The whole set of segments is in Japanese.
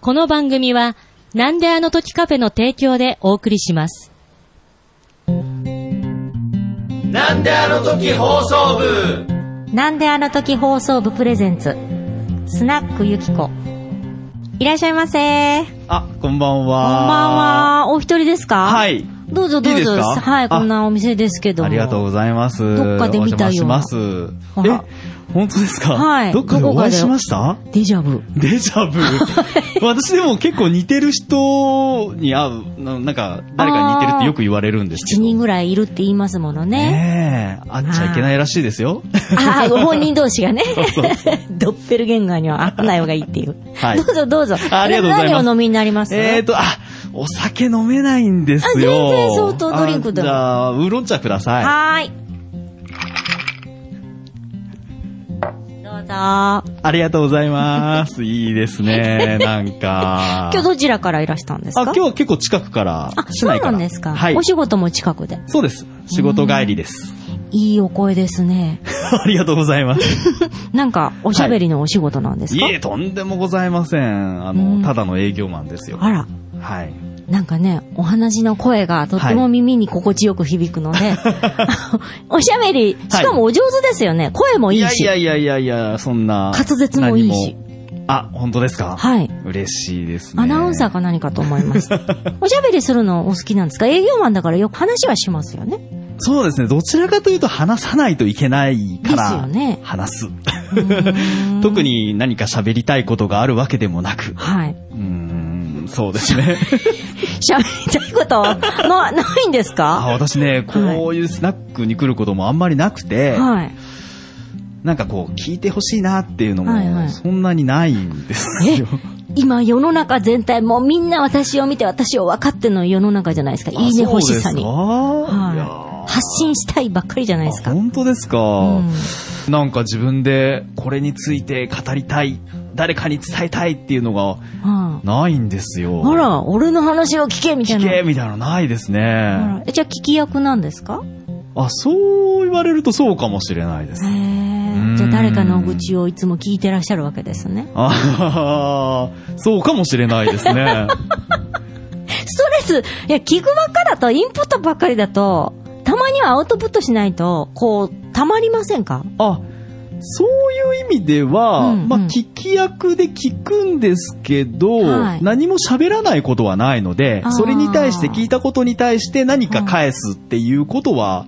この番組は、なんであの時カフェの提供でお送りします。なんであの時放送部なんであの時放送部プレゼンツ、スナックゆきこ。いらっしゃいませ。こんあ、こんばんは。こんばんは。お一人ですかはい。どうぞどうぞ。いいですかはい、あこんなお店ですけども。ありがとうございます。どっかで見たようお邪な魔します。あらえ、本当ですかはいどっかでどこおか会いでしましたデジャブ。デジャブ。私でも結構似てる人に会う、ななんか、誰かに似てるってよく言われるんですけ7ど。人ぐらいいるって言いますものね。ねえ、会っちゃいけないらしいですよ。ああ、ご本人同士がね。 そうそうそドッペルゲンガーには会わない方がいいっていう。はいどうぞどうぞ。あありがとうございます何をお飲みになりますえーと、あ、お酒飲めないんですよ。あ全然相当ドリンクだあじゃあ、ウーロン茶ください。はーい。どうぞ。ありがとうございます。いいで すね。なんか。今日どちらからいらしたんですかあ、今日は結構近くからあ、、市そう内なから。んですか。はいお。仕事も近くで。そうです。仕事帰りです。いいお声ですね。ありがとうございます。なんか、おしゃべりのお仕事なんですいか、え、とんでもございません。あうんの、ただの営業マンですよ。あら、はい。なんかね、お話の声がとってもはい耳に心地よく響くので、 おしゃべり、しかもお上手ですよね。声もいいいやいし。やいやいやいや、そんな。滑舌もいいし何も。あ、本当ですかはい。嬉しいですね。アナウンサーか何かと思い ます。おしゃべりするのお好きなんですか営業マンだからよく話はしますよ ね。そうですね。どちらかというと話さないといけないかですよらね、話す。特に何か喋りたいことがあるわけでもなく。はい。うーん、そうですね。しゃべりたいことな、ないんです あ、か私ね、こういうスナックに来ることもあんまりなくて、はい。なんかこう、聞いてほしいなっていうのはいはも、いそんなにないんですよ。今世の中全体もうみんな私を見て私を分かっての世の中じゃないですか。いいね欲しさに。あはそうですかいやい、発信したいばっかりじゃないですか。あ本当ですか、うなんか自分でこれについて語りたい、誰かに伝えたいっていうのがはないんですよ。いあら、俺の話を聞けみたい聞な。けみたいなのないですあね。らえじゃあ聞き役なんですかあ、そう言われるとそうかもしれないですへ。え。んじゃあ誰かの愚痴をいつも聞いてらっしゃるわけですね。あーそうかもしれないですね。ストレス、いや、聞くばっかだと、インプットばっかりだと、たまにはアウトプットしないと、こう、たまりませんかあ、そういう意味では、うんうんまあ、聞き役で聞くんですけど、はい何も喋らないことはないのであー、それに対して聞いたことに対して何か返すっていうことは、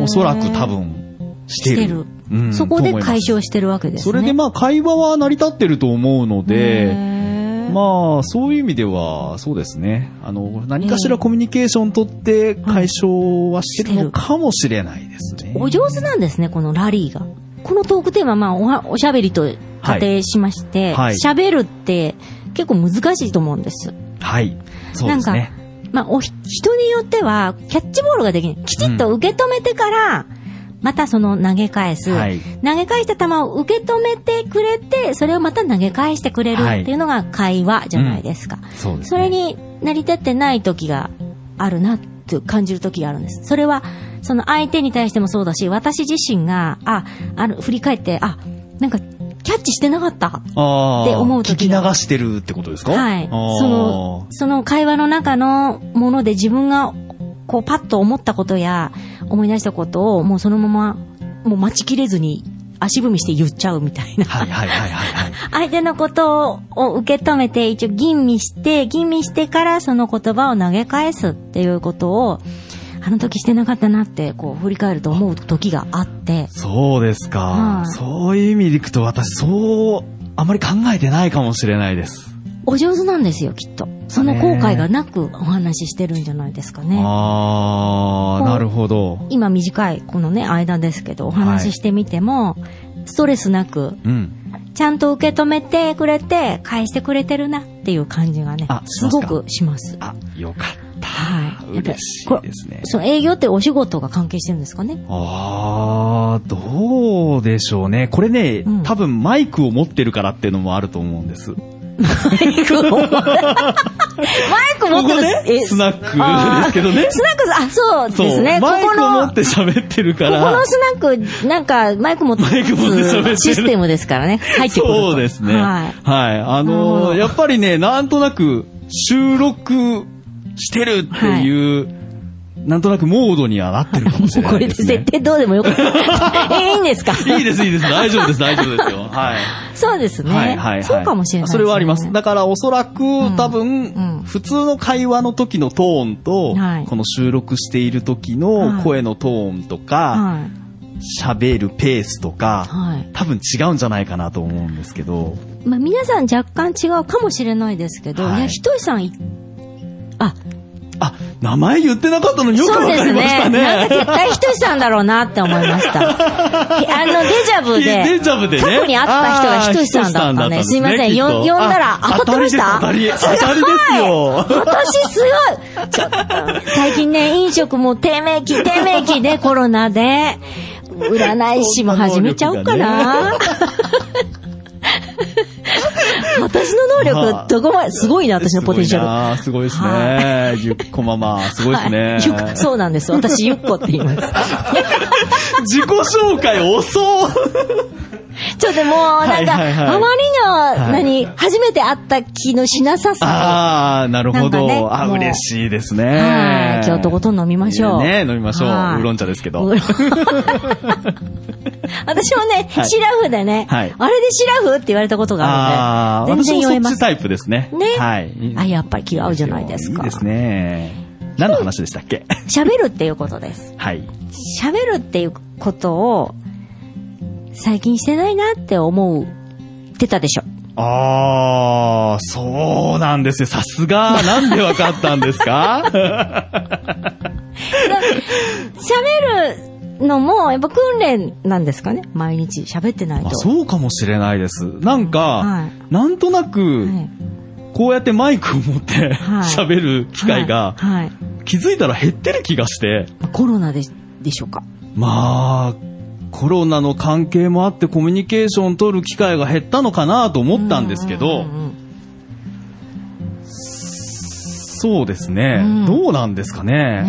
おおそらく多。分してる。してるうんそこで解と思い消してるわけでますすね。それでまあ、会話は成り立ってると思うのへで、ーまあ、そういう意味では、そうですね。あの、何かしらコミュニケーション取って解消はしてるのかもしれないですね。お上手なんですね、このラリーが。このトークテーマ、まあ、おはおしゃべりと仮定しまして、喋、はいるって結構難しいと思うんです。はい。そうですなんねか。まあ、おひ人によっては、キャッチボールができない。きちっと受け止めてから、またその投げ返す、はい投げ返した球を受け止めてくれて、それをまた投げ返してくれるはいっていうのが会話じゃないですか。そうですそれねに成り立ってない時があるなって感じる時があるんです。それは、その相手に対してもそうだし、私自身が、あ、あの、振り返って、あ、なんか、キャッチしてなかった。あーって思う聞時き流がしてるってことですかはい。あーその、その会話の中のもので自分が、こう、パッと思ったことや、思い出したことを、もうそのまま、もう待ちきれずに、足踏みして言っちゃうみたいな。はいはいはいはいはい。 相手のことを受け止めて、一応吟味して、吟味してからその言葉を投げ返すっていうことを、あの時してなかったなって、こう、振り返ると思う時があって、そうですか、はいそういう意味でいくと私、そう、あまり考えてないかもしれないです。お上手なんですよ、きっと。その後悔がなくお話ししてるんじゃないですかね。こああ、うなるほど。今短いこのね、間ですけど、お話ししてみても、ストレスなく、うん。ちゃんと受け止めてくれて、返してくれてるなっていう感じがねあ、すごくします。あ、よかっはい。やっぱた。り嬉しこいれですね。その営業ってお仕事が関係してるんですか ねああ、どうでしょうね。これね、うん多分マイクを持ってるからっていうのもあると思うんです。イク持ってるここねスナックですけどあーねスナック、あ、そうそうですね。こマイこクを持の、って喋ってるかここらの、スナック、なんか、マイク持ってマイク持って喋ってるシステムですからね。入ってくると。そうですね。ははいい。。なあるほのどーやっぱりね、なんとなく収録してるっていう、なんとなくモードにはなってるかもしれもうなこれいでですね。設定どうでもよ かった。え、いいんですかいいです、いい です。大丈夫です、大丈夫ですよ。はい。そうですね。はい、はい、はい。そうかもしれないですね。それはあります。だからおそらく、ん多分、うん普通の会話の時のトーンと、はいこの収録している時はのい声のトーンとか、はい。喋、るペースとか、はい。多分違うんじゃないかなと思うんですけど、まあ、皆さん若干違うかもしれないですけど、はいい、や、ひとしさんい、あ、あ、名前言ってなかったのによくわそうかでりすましたね。ね。なんか絶対ひとしさんだろうなって思いま した。あの、デジャブで。デジャブでね。過去に会った人がひとしさんだったんあーで、ひとすいしまさんだせん。ったですねよん呼んだら、きっあ、と当たってました当たりです、当たり。当たりですよ。私すごいちょっと最近ね、飲食も低迷期、低迷期でコロナで、占い師も始めちゃおうかな。私の能力、どこまで、すごいな、私のポテンシャル。ああ、すごいですね。ゆっこママ、すごいですねはい。ゆっこそうなんです。私、ゆっこって言います。 自己紹介遅ちょっともう、なんか、はいはいはいあまはりいの、何、初めて会った気のしなささああ、なるほなんかねど。あもう嬉しいですと。ねは。い。今日とことん飲みましょう。ね飲みましょう。ウはいーロン茶ですけどウ。ーロン 私もね、はいシラフでね、はいあれでシラフって言われたことがあああ、るんで、私全も然そ酔えまっちす。タイプですね。ねはい。あ、やっぱり気が合うじゃないですいかいで。すね。何の話でしたっけ 喋るっていうことです。はい。喋るっていうことを、最近してないなって思う、出たでしょ。ああ、そうなんですよ。さすが、なんでわかったんで すか喋るのも、やっぱ訓練なんですかね毎日喋ってないと。あそうかもしれないです。なんか、はなんとなく、はいこうやってマイクを持っはてい喋、る機会が、はいはい気づいたら減ってる気がして、まあコロナで、でしょうか。まあ、コロナの関係もあってコミュニケーション取る機会が減ったのかなと思ったんですけど、うんうんうんそうですね、うんどうなんですかね。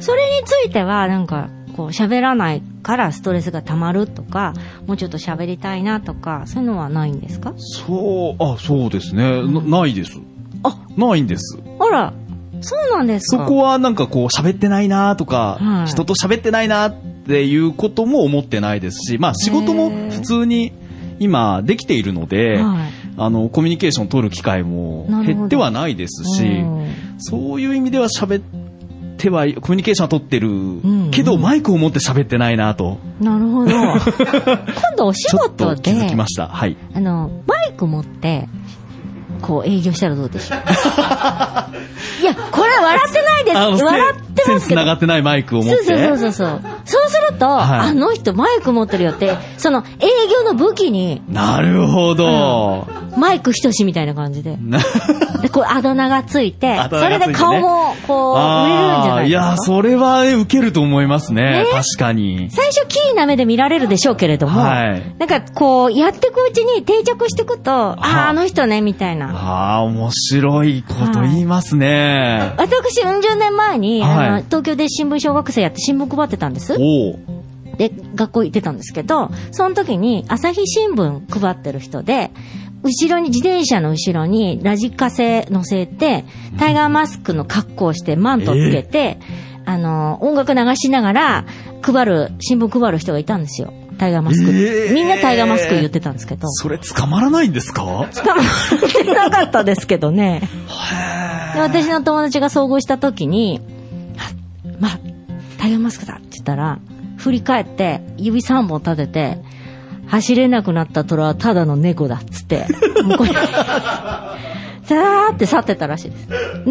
それについては、なんか、こう、喋らないからストレスが溜まるとか、もうちょっと喋りたいなとか、そういうのはないんですかそう、あ、そうですね。んなないです。あ、ないんです。あら、そうなんですそかこはなんかこう喋ってないなとか、はい人と喋ってないなっていうことも思ってないですし、まあ仕事も普通に今できているので、はいあの、コミュニケーション取る機会もなるほど減ってはないですし、うんそういう意味では喋っては、コミュニケーションは取ってる、んけどマイクを持って喋ってないなと、なる ほど。今度お仕ちょっ事と気づでき、ました。はい。あの、バイク持って、こう営業したらどうでし ょういや、これは笑ってないです。あの、笑ってセまンすスけど繋。がってないマイクを持っそうて。そうそうそう。そうすると、はいあの人マイク持ってるよって、その営業の武器に、なるほど。マイクひとしみたいな感じで。なで、こう、あだ名がついて、あだそ名れがついてねで顔も、こう、売れるんじゃあなーいいですか。や、それはね受けると思いますね。確かに。最初、キーな目で見られるでしょうけれども、はいなんか、こう、やっていくうちに定着していくと、ああ、あの人ね、みたいな。ああ、面白いこと言いますね。私、うん十年前に、はいあの、東京で新聞小学生やって新聞配ってたんです。おお。で、学校行ってたんですけど、その時に朝日新聞配ってる人で、後ろに、自転車の後ろにラジカセ乗せて、タイガーマスクの格好をしてマントつけて、あの、音楽流しながら配る、新聞配る人がいたんですよ。タイガーマスク。えーみんなタイガーマスク言ってたんですけど。それ捕まらないんですか捕まってなかったですけどね。で、私の友達が遭遇した時に、あまあ、タイガーマスクだって言ったら、振り返って、指3本立てて、走れなくなった虎はただの猫だっつ って、向こうに、ザーって去ってったらしいで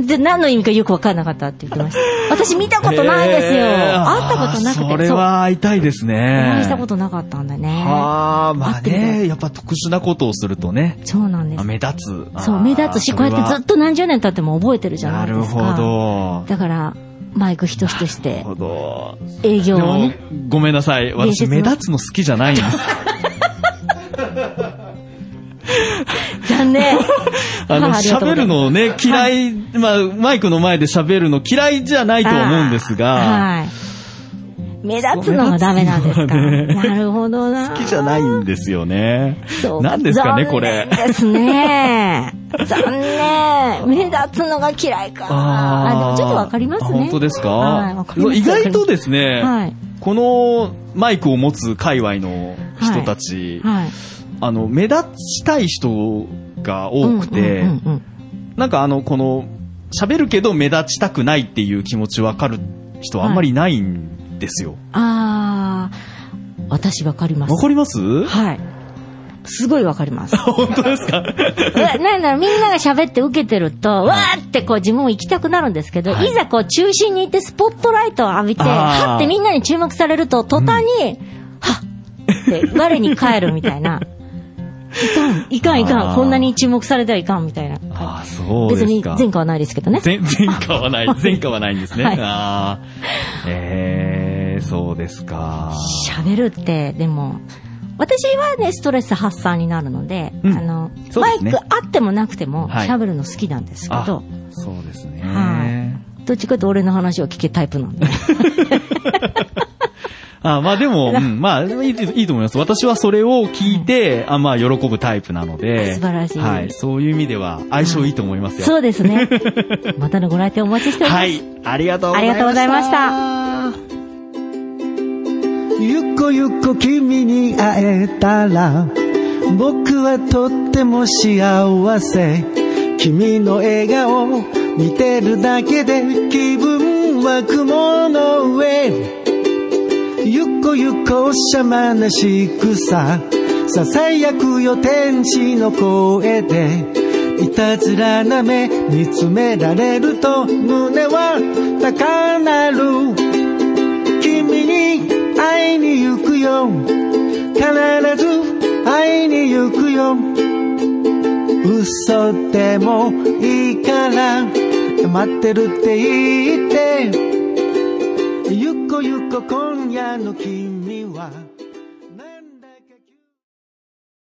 す。で、何の意味かよくわかんなかったって言ってました。私見たことないですよ。えー会ったことなくて。あーそれは会いたいですそう。おね会。いしたことなかったんだね。はあ、まあ会ってみたね、やっぱ特殊なことをするとね、そうなんですあ。目立つ。あーそう、目立つし、こうやってずっと何十年経っても覚えてるじそゃれなはないでるすか。ほど。だから、マイクひとしとしなてる、ほど。営で業をもね。、ごめんなさい。私、伝説の 目立つの好きじゃないんです。だね。あの、あありがとうございます喋るのをね、嫌い、まあ、マイクの前で喋るの嫌いじゃないと思うんですが、はい。目立つのはダメなんですか。そう目立つのはなるほどな。好きじゃないんですよね。そう何ですかね、これ。残念ですね。 残念。目立つのが嫌いか。あでもちょっとわかりますあね。本当ですか,、はい、わかります意外とですね、はいこのマイクを持つ界隈の人たち、はい。あの、目立ちたい人が多くて、うんうんうんうんなんかあの、この、喋るけど目立ちたくないっていう気持ちわかる人はあんまりないんですよ。あー、私わかりまわ、す。かりますはい。すごいわかります。 本当ですかななんだろう、みんなが喋って受けてると、わーってこう自分も行きたくなるんですけど、はいい、ざこう中心に行ってスポットライトを浴びて、あーはってみんなに注目されると、途端 に、はっって我に帰るみたいな。いかん、いかん、いあかーん、こんなに注目されてはいかんみたいな。ああ、そう別でにすか。前科はないですけどね。前前科はない。前科はないんですね。はいああ。えー、そうですか。喋るって、でも、私はね、ストレス発散になるので、うんあの、そうマでイすねクあってもなくてもはい喋るの好きなんですけあど、そうですね。はどっちかと俺の話を聞けタイプなんで。あまあでも、うん、まあいい、いいと思います。私はそれを聞いて、あまあ、喜ぶタイプなので。素晴らしいはい。そういう意味では、相性いいと思いますよ。そうです ね。またのご来店お待ちしております。はい。ありがとうござありいました。がとうございました。ゆこゆこ君に会えたら僕はとっても幸せ君の笑顔見てるだけで気分は雲の上ゆこゆこおしゃまなしくさささやくよ天使の声でいたずらな目見つめられると胸は高鳴る君に会いに行くよ必ず会いに行くよ嘘でもいいから待ってるって言ってゆこゆこ今夜の君は